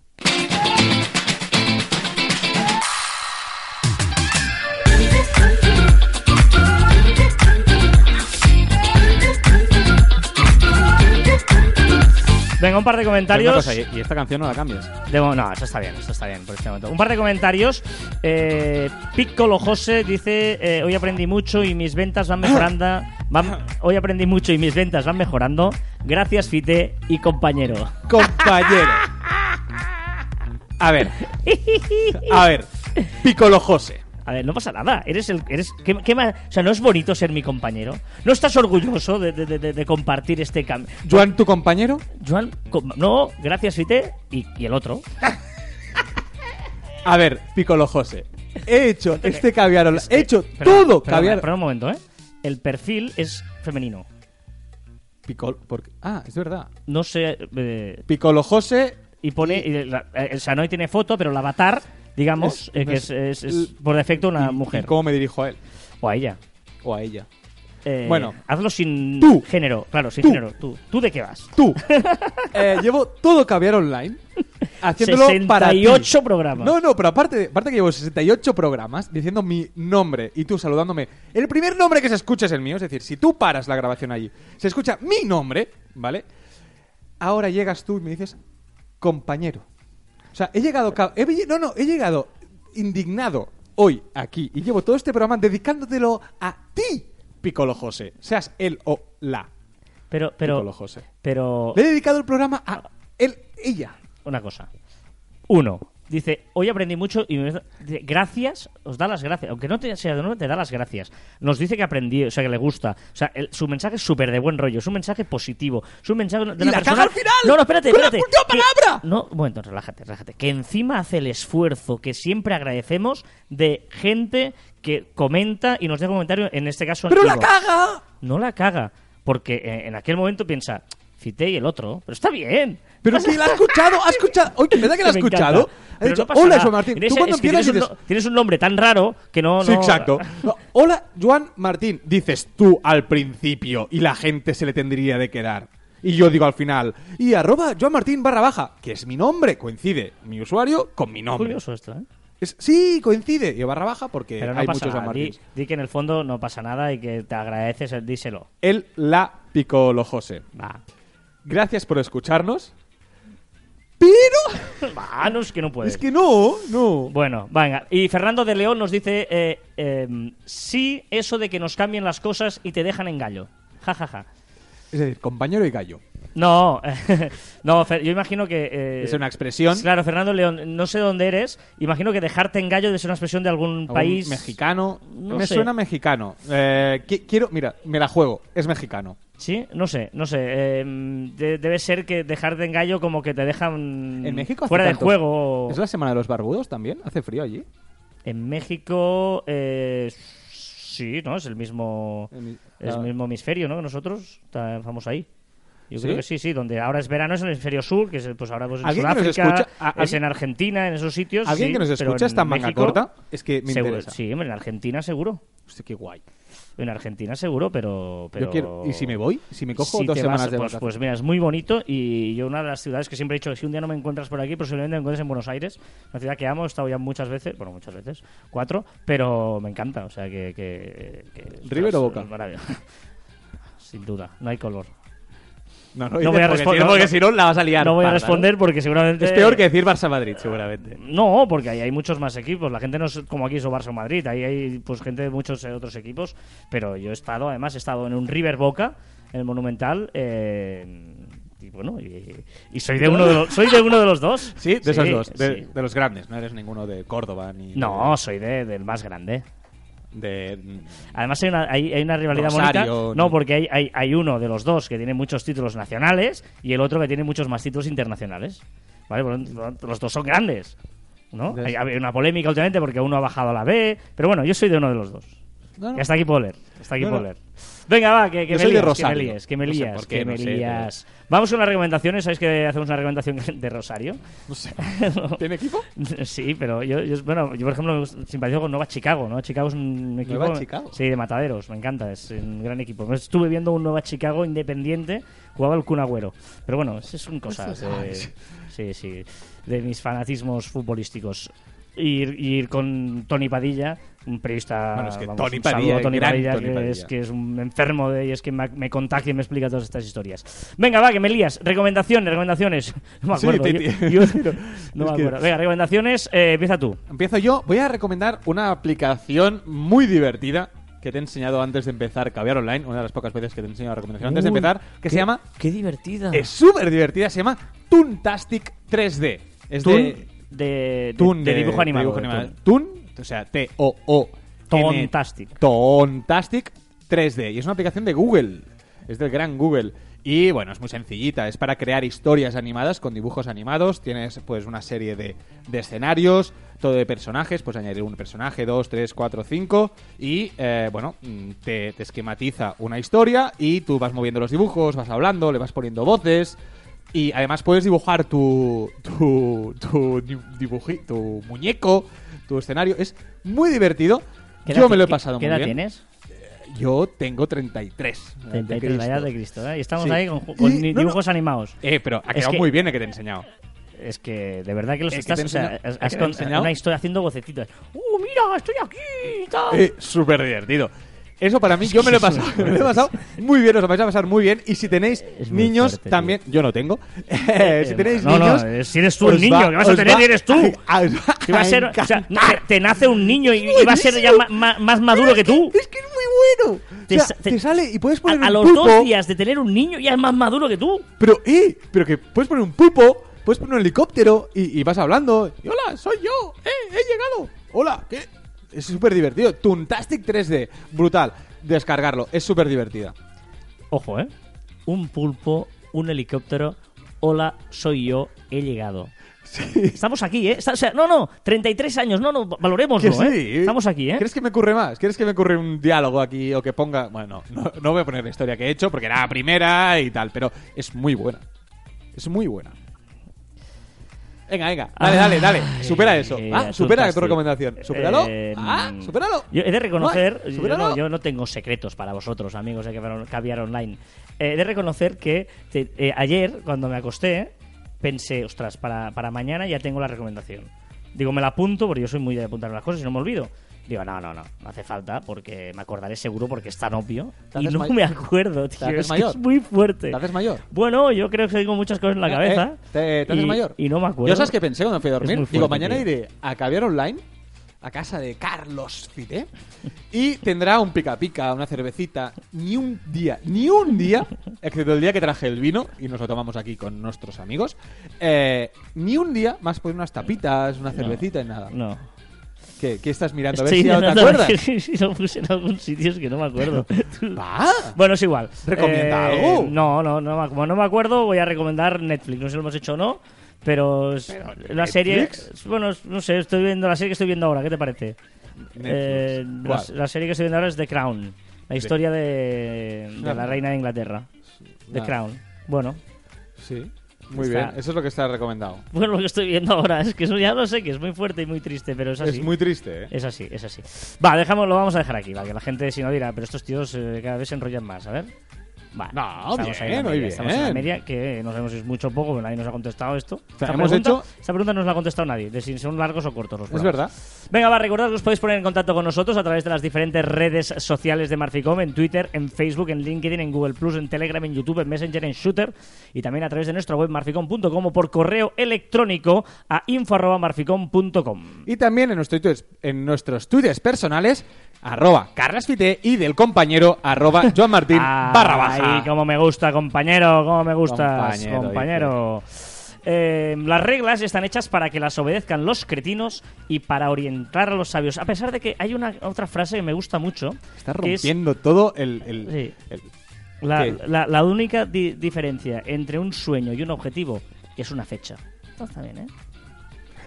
A: Venga, un par de
B: Pero
A: comentarios.
B: una cosa, y y esta canción no la cambies.
A: De mo- no, eso está bien, eso está bien por este momento. Un par de comentarios. Eh, Piccolo José dice: eh, Hoy aprendí mucho y mis ventas van mejorando. Van- hoy aprendí mucho y mis ventas van mejorando. Gracias, Fite y compañero.
B: Compañero. A ver. A ver. Piccolo José.
A: A ver, no pasa nada. Eres el. Eres, ¿qué, qué más? O sea, no es bonito ser mi compañero. ¿No estás orgulloso de, de- de- de- de compartir este cambio?
B: Joan, tu compañero.
A: Joan, com- no, gracias, Fite y, y el otro.
B: A ver, Piccolo José. He hecho este caviar. online- He hecho
A: Perdona,
B: todo
A: perdona,
B: caviar.
A: Perdona un momento, ¿eh? El perfil es femenino.
B: Piccolo. porque- Ah, es verdad.
A: No sé. eh,
B: Piccolo José
A: y pone. y la- eh, el Sanoi tiene foto, pero el avatar, digamos,
B: Es-
A: eh, que es,
B: es-
A: es- es por defecto una
B: ¿Y-
A: mujer.
B: ¿Y cómo me dirijo a él?
A: O a ella.
B: O a ella.
A: Eh,
B: Bueno.
A: Hazlo sin
B: Tú.
A: género. Claro, sin
B: Tú.
A: género. Tú. ¿Tú de qué vas?
B: Tú. Eh, llevo todo caviar online haciéndolo para ti.
A: 68 programas.
B: No, no, pero aparte, de- aparte que llevo 68 programas diciendo mi nombre y tú saludándome. El primer nombre que se escucha es el mío, es decir, si tú paras la grabación allí, se escucha mi nombre, ¿vale? Ahora llegas tú y me dices compañero. O sea, he llegado ca- he lle- no, no, he llegado indignado hoy aquí y llevo todo este programa dedicándotelo a ti, Piccolo José, seas él o la.
A: Pero,
B: Piccolo
A: pero,
B: José.
A: pero
B: eh. Le he dedicado el programa a él, ella.
A: una cosa. Uno, dice, hoy aprendí mucho y me- dice, gracias, os da las gracias. Aunque no te sea de nuevo, te da las gracias. Nos dice que aprendí, o sea, que le gusta. O sea, el- su mensaje es súper de buen rollo, es un mensaje positivo, es un mensaje de una
B: ¡Y la
A: persona-
B: caga al final!
A: No, no, espérate,
B: ¡Con la
A: espérate.
B: última
A: Que-
B: palabra!
A: no, un momento, relájate, relájate. Que encima hace el esfuerzo que siempre agradecemos de gente que comenta y nos deja un comentario, en este caso... en
B: ¡Pero la
A: Ivo
B: caga!
A: no la caga. Porque eh, en aquel momento piensa, Fite y el otro, pero está bien.
B: Pero si la ha escuchado, ha escuchado. Oye, ¿verdad que la ha
A: Me
B: escuchado?
A: encanta.
B: Ha
A: Pero
B: dicho,
A: no pasa
B: hola,
A: nada.
B: Joan Martín.
A: Tienes-
B: Tú cuando
A: es que
B: empiezas
A: tienes,
B: dices...
A: un, no- tienes un nombre tan raro que no.
B: Sí,
A: no-
B: exacto. No, Hola, Joan Martín. Dices tú al principio y la gente se le tendría de quedar. Y yo digo al final, y arroba Joan Martín barra baja, que es mi nombre, coincide mi usuario con mi nombre.
A: Curioso esto, ¿eh?
B: Es- sí, coincide. Y barra baja porque
A: Pero no
B: hay
A: pasa
B: muchos Joan
A: nada. Di,
B: Martín.
A: di que en el fondo no pasa nada y que te agradeces, eh, díselo.
B: Él la picolo José.
A: Va.
B: Gracias por escucharnos. Pero
A: Va, no, es que no puedes.
B: es que no, no.
A: Bueno, venga. Y Fernando de León nos dice: eh, em, Sí, eso de que nos cambien las cosas y te dejan en gallo. Ja, ja, ja.
B: Es decir, compañero y gallo.
A: No, no, Fer- yo imagino que. eh,
B: Es una expresión.
A: Claro, Fernando León, no sé dónde eres. Imagino que dejarte en gallo debe ser una expresión de algún,
B: ¿Algún
A: país.
B: mexicano.
A: No
B: me
A: sé.
B: suena mexicano. Eh, qui- quiero, mira, me la juego. Es mexicano.
A: Sí, no sé, no sé. Eh, de- debe ser que dejarte en gallo como que te dejan
B: En México hace
A: Mm, fuera de
B: tanto-
A: juego.
B: ¿Es la semana de los barbudos también? ¿Hace frío allí?
A: En México. eh, sí, ¿no? Es el mismo.
B: En-
A: Es
B: ah,
A: el mismo hemisferio, ¿no? Que nosotros ta- vamos ahí. Yo
B: ¿Sí?
A: creo que sí, sí. Donde ahora es verano es en el hemisferio sur, que es, pues ahora pues en
B: ¿Alguien que nos
A: Sudáfrica,
B: escucha? ¿A-
A: es
B: alguien-
A: en Argentina, en esos sitios.
B: ¿Alguien
A: sí,
B: que nos
A: pero
B: escucha
A: en
B: esta manga
A: México,
B: corta? Es que me
A: seguro-
B: interesa.
A: Sí, hombre, en Argentina seguro.
B: Hostia, qué guay.
A: En Argentina seguro, pero... pero...
B: Yo quiero, ¿Y si me voy? ¿Si me cojo
A: Si
B: dos
A: te
B: semanas
A: vas,
B: de
A: pues,
B: vacaciones?
A: pues mira, es muy bonito y yo una de las ciudades que siempre he dicho que si un día no me encuentras por aquí, posiblemente me encuentres en Buenos Aires, una ciudad que amo, he estado ya muchas veces, bueno, muchas veces, cuatro, pero me encanta, o sea que... que- que-
B: ¿River o
A: es
B: Boca?
A: maravilloso. Sin duda, no hay color.
B: No,
A: no voy a
B: porque si
A: responder-
B: no, porque
A: no-
B: si no, la vas a liar.
A: no voy a
B: parda,
A: responder porque seguramente...
B: Es peor que decir Barça-Madrid, seguramente.
A: No, porque ahí hay muchos más equipos. La gente no es como aquí, es o Barça o Madrid. Ahí hay pues gente de muchos eh, otros equipos. Pero yo he estado, además, he estado en un River Boca, en el Monumental. eh, y bueno, y, y soy, de uno de los, soy de uno de los dos.
B: Sí, de esos dos. De,
A: sí.
B: de los grandes. No eres ninguno de Córdoba ni...
A: No, soy de- del más grande.
B: De... mm, de-
A: Además hay una, hay, hay una rivalidad
B: Rosario,
A: bonita.
B: ni-
A: No, porque hay, hay, hay uno de los dos que tiene muchos títulos nacionales y el otro que tiene muchos más títulos internacionales. ¿Vale? Por lo tanto, Los dos son grandes. ¿no?
B: Ya
A: Hay,
B: sé.
A: hay una polémica últimamente porque uno ha bajado a la B. Pero bueno, yo soy de uno de los dos.
B: No, no.
A: Y hasta aquí puedo leer. Hasta aquí
B: No,
A: puedo
B: no.
A: leer. Venga, va, que, que
B: Yo
A: me
B: soy de
A: lías,
B: Rosario.
A: que me lías, que me
B: No sé
A: lías,
B: por qué,
A: que
B: no
A: me
B: sé, pero-
A: lías. Vamos con las recomendaciones. ¿Sabéis que hacemos una recomendación de Rosario?
B: No sé. ¿Tiene equipo?
A: Sí, pero yo, yo- bueno, yo por ejemplo me gusta- simpatizo con Nova Chicago, ¿no? Chicago es un equipo
B: Nueva Chicago.
A: sí, de mataderos, me encanta, es un gran equipo. Me Estuve viendo un Nova Chicago independiente, jugaba el Kun Agüero. Pero bueno, esas son cosas de, sí, sí, de mis fanatismos futbolísticos. Ir, ir con Tony Padilla, un periodista.
B: Bueno, es que Tony
A: un saludo
B: Padilla,
A: a Tony
B: gran
A: Padilla,
B: Tony
A: que
B: Padilla.
A: es que es un enfermo de y es que me, me contagia y me explica todas estas historias. Venga, va, que me lías. Recomendaciones, recomendaciones. No me
B: Sí,
A: acuerdo.
B: te-
A: yo-
B: te-
A: yo- no
B: Es
A: me
B: que-
A: acuerdo. Venga, recomendaciones, eh, empieza tú.
B: Empiezo yo. Voy a recomendar una aplicación muy divertida que te he enseñado antes de empezar Caviar Online, una de las pocas veces que te he enseñado la recomendación antes de
A: Uy,
B: empezar, que se llama,
A: Qué divertida.
B: es súper divertida, se llama Toontastic 3D. Es
A: Toon
B: de,
A: de, de-
B: Toon
A: de dibujo animado.
B: dibujo
A: de
B: animado.
A: Toon.
B: Toon, o sea, T-O-O.
A: Toontastic.
B: Toontastic 3D. Y es una aplicación de Google. Es del gran Google. Y bueno, es muy sencillita. Es para crear historias animadas con dibujos animados. Tienes pues una serie de, de escenarios, todo de personajes. Pues añadir un personaje, dos, tres, cuatro, cinco. Y eh, bueno, mm, te, te esquematiza una historia y tú vas moviendo los dibujos, vas hablando, le vas poniendo voces. Y además puedes dibujar tu, tu, tu, di- dibuji- tu muñeco, tu escenario. Es muy divertido.
A: ¿Qué
B: Yo
A: edad-
B: me lo he
A: qué-
B: pasado
A: ¿Qué
B: muy
A: edad
B: bien.
A: tienes?
B: Yo tengo 33. de
A: 33 la edad de Cristo. ¿eh? Y estamos
B: Sí.
A: ahí con, ju- con
B: Y-
A: ni-
B: no, no.
A: dibujos animados.
B: Eh, pero ha
A: Es
B: quedado
A: que-
B: muy bien el que te he enseñado.
A: Es que de verdad que los
B: Es Eh, que
A: estás.
B: te he
A: o sea,
B: enseñado-
A: has-
B: es que
A: has
B: te he
A: con-
B: enseñado.
A: una historia haciendo vocecitos. ¡Uh, mira! ¡Estoy aquí! y tal".
B: Eh, Súper divertido. Eso para mí, yo me lo
A: Es
B: he pasado,
A: muy
B: me lo he pasado muy bien, os lo vais a pasar muy bien. Y si tenéis
A: Es muy
B: niños,
A: fuerte, tío.
B: también, yo no tengo. si tenéis
A: no, no,
B: niños.
A: eh, si eres tú el
B: os
A: niño,
B: va-
A: que vas a
B: os
A: tener
B: va
A: eres tú.
B: a- a- os va
A: Que va a
B: a
A: ser, o sea,
B: encantar.
A: te, te nace un niño y, y va a ser ya ma- ma- más maduro que tú.
B: Es que es muy bueno. O
A: Te
B: sea,
A: sa-
B: te,
A: te-
B: sale y puedes poner
A: A, a
B: un
A: los
B: pulpo.
A: dos días de tener un niño ya es más maduro que tú.
B: Pero, eh, pero que puedes poner un pulpo, puedes poner un helicóptero y, y vas hablando. Y, hola, soy yo, eh, he llegado. Hola, ¿qué? Es súper divertido. Tuntastic 3D, brutal. Descargarlo, es súper divertida.
A: Ojo, ¿eh? Un pulpo, un helicóptero. Hola, soy yo, he llegado. Estamos aquí, ¿eh? Está- o sea, no, no, 33 años, no, no, valoremoslo,
B: Que sí,
A: ¿eh? Estamos aquí, ¿eh?
B: ¿Quieres que me ocurre más? ¿Quieres que me ocurre un diálogo aquí o que ponga.? Bueno, no, no voy a poner la historia que he hecho porque era la primera y tal, pero es muy buena. Es muy buena. Venga, venga, dale, dale, dale.
A: Ay,
B: Supera eso.
A: eh,
B: Ah, supera tu
A: asustas,
B: recomendación.
A: tío.
B: Supéralo.
A: Eh,
B: Ah,
A: mm,
B: supéralo.
A: Yo he de reconocer,
B: Guay,
A: yo
B: supéralo.
A: no, yo no tengo secretos para vosotros, amigos de Caviar- Caviar Online. Eh, he de reconocer que te- eh, ayer, cuando me acosté, pensé, ostras, para, para mañana ya tengo la recomendación. Digo, me la apunto, porque yo soy muy de apuntar las cosas y no me olvido. Digo, no, no, no, no hace falta porque me acordaré seguro porque es tan obvio.
B: Te
A: Y
B: haces
A: no
B: may-
A: me acuerdo, tío.
B: haces
A: Es, que
B: mayor.
A: es muy fuerte.
B: Te haces mayor.
A: Bueno, yo creo que tengo muchas cosas en la cabeza.
B: Eh, te, te haces
A: y,
B: mayor.
A: Y no me acuerdo.
B: Yo sabes que pensé cuando me fui a dormir.
A: Es muy fuerte,
B: Digo, mañana
A: tío.
B: iré a Caviar Online, a casa de Carlos Fité, y tendrá un pica pica, una cervecita. Ni un día, ni un día, excepto el día que traje el vino y nos lo tomamos aquí con nuestros amigos, eh, ni un día más por unas tapitas, una cervecita y nada.
A: No.
B: ¿Qué, qué estás mirando? A ver
A: Estoy
B: si ya no te
A: intentando
B: acuerdas.
A: ver si- si lo puse en algún sitio, es que no me acuerdo.
B: Va.
A: bueno, es igual.
B: ¿Recomienda
A: Eh,
B: algo?
A: No, no, no, me- como no me acuerdo, voy a recomendar Netflix. No sé si lo hemos hecho o no, pero es la serie.
B: ¿Netflix?
A: Bueno, es- no sé, estoy viendo la serie que estoy viendo ahora, ¿qué te parece? Eh,
B: Netflix.
A: la,
B: ¿Cuál?
A: la serie que estoy viendo ahora es The Crown, la historia de,
B: Ah.
A: de la reina de Inglaterra. The
B: Nada.
A: Crown. Bueno,
B: Sí. Muy
A: Está-
B: bien. Eso es lo que está recomendado.
A: bueno, lo que estoy viendo ahora es que eso ya lo sé, que es muy fuerte y muy triste, pero es así.
B: Es muy triste, ¿eh?
A: Es así, es así. Va, dejamos, lo vamos a dejar aquí, va, que la gente si no dirá, pero estos tíos eh, cada vez se enrollan más, a ver. Va,
B: No,
A: estamos
B: bien,
A: ahí en la
B: muy
A: media,
B: bien.
A: Estamos en la media, que no sabemos si es mucho o poco, pero nadie nos ha contestado esto.
B: hemos
A: pregunta,
B: hecho-
A: esta pregunta no nos la ha contestado nadie, de si son largos o cortos los
B: Es
A: programas.
B: verdad.
A: Venga, va, recordad que os podéis poner en contacto con nosotros a través de las diferentes redes sociales de Marficom, en Twitter, en Facebook, en LinkedIn, en Google Plus, en Telegram, en YouTube, en Messenger, en Shooter y también a través de nuestra web marficom.com o por correo electrónico a info.marficom.com.
B: Y también en, nuestro Twitter- en nuestros twitters personales, arroba carrasfite y del compañero, arroba joanmartin
A: Ah,
B: barra baja.
A: Ahí, como me gusta, compañero, como me gustas,
B: Compañero,
A: compañero. Eh, las reglas están hechas para que las obedezcan los cretinos y para orientar a los sabios. A pesar de que hay una otra frase que me gusta mucho.
B: Está
A: que es
B: rompiendo todo el... el-
A: Sí.
B: el-
A: la,
B: ¿Qué?
A: la- la única di- diferencia entre un sueño y un objetivo es una fecha. Esto está bien, ¿eh?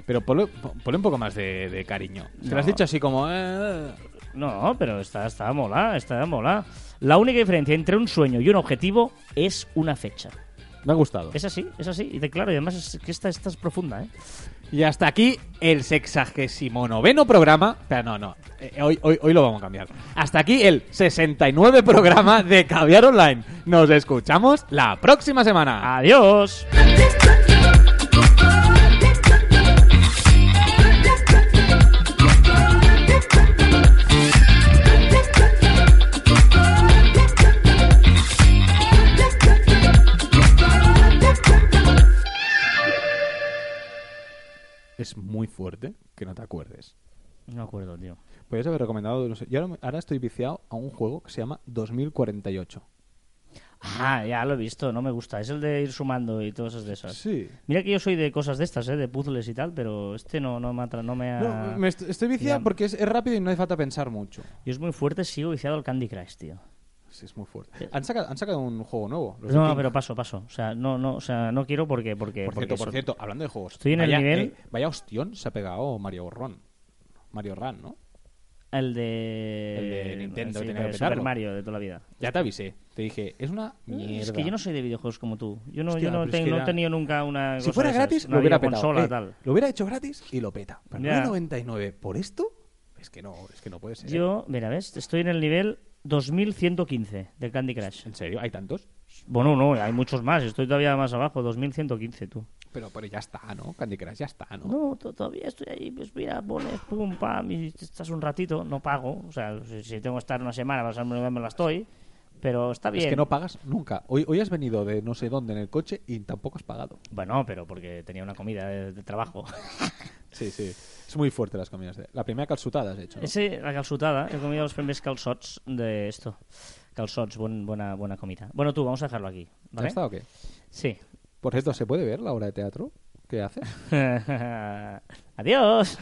B: Pero ponle, ponle un poco más de, de cariño. Te
A: No.
B: lo has dicho así como... eh,
A: No, pero está, está mola, está mola. La única diferencia entre un sueño y un objetivo es una fecha.
B: me ha gustado.
A: Es así, es así. Y de claro, y además es que esta, esta es profunda, ¿eh?
B: Y hasta aquí el sexagésimo noveno programa. Pero no, no. eh, hoy, hoy, hoy lo vamos a cambiar. Hasta aquí el 69 programa de Caviar Online. Nos escuchamos la próxima semana.
A: Ah. Adiós.
B: Es muy fuerte que no te acuerdes.
A: No me acuerdo, tío.
B: Podrías haber recomendado. No sé, yo ahora, me- ahora estoy viciado a un juego que se llama 2048.
A: Ah, ya lo he visto, no me gusta. Es el de ir sumando y todas esas de esas.
B: Sí.
A: Mira que yo soy de cosas de estas, ¿eh? de puzzles y tal, pero este no, no, me, atra- no me ha...
B: No, me est- estoy viciado
A: Ah, Ya.
B: porque es, es rápido y no hace falta pensar mucho.
A: Yo es muy fuerte, sigo viciado al Candy Crush, tío.
B: Sí, es muy fuerte. Han sacado, han sacado un juego nuevo. los de
A: No,
B: King.
A: pero paso, paso. O sea, no, no, o sea, no quiero porque... porque
B: Por
A: porque
B: cierto, por
A: eso-
B: cierto, hablando de juegos. eh,
A: Estoy en el nivel-
B: vaya hostión se ha pegado Mario Ron. Mario Ran, ¿no?
A: El de...
B: El de Nintendo,
A: sí,
B: tenía que
A: pero
B: petarlo.
A: Super Mario de toda la vida.
B: Ya te avisé. Te dije, es una mierda.
A: Eh, Es que yo no soy de videojuegos como tú. Yo no,
B: Hostia,
A: yo no,
B: pero es
A: te-
B: que
A: no
B: era-
A: he tenido nunca una...
B: Si
A: cosa
B: fuera
A: de esas,
B: gratis,
A: una
B: lo hubiera petado.
A: videoconsola,
B: eh.
A: tal.
B: Lo hubiera hecho gratis y lo peta. Pero
A: Ya.
B: 99 por esto, es que no, es que no puede ser.
A: Yo, mira, ves, estoy en el nivel 2115 del Candy Crush.
B: ¿En serio? ¿Hay tantos?
A: Bueno, no, hay muchos más. Estoy todavía más abajo, 2115 tú.
B: Pero, pero ya está, ¿no? Candy Crush ya está, ¿no?
A: No, to- todavía estoy ahí, pues mira, pones, pum, pam, y estás un ratito, no pago. O sea, si, si tengo que estar una semana, para pasarme me la estoy. Pero está bien.
B: Es que no pagas nunca. Hoy, hoy has venido de no sé dónde en el coche y tampoco has pagado.
A: Bueno, pero porque tenía una comida de, de trabajo.
B: Sí, sí. Es muy fuerte las comidas. de- La primera calzutada has hecho. ¿no?
A: Ese, la calçotada, he comido los primeros calzots de esto. Calzots, buen- buena, buena comida. Bueno, tú, vamos a dejarlo aquí.
B: ¿Ya
A: ¿vale?
B: está o qué?
A: Sí.
B: Por cierto, ¿se puede ver la obra de teatro que hace?
A: Adiós.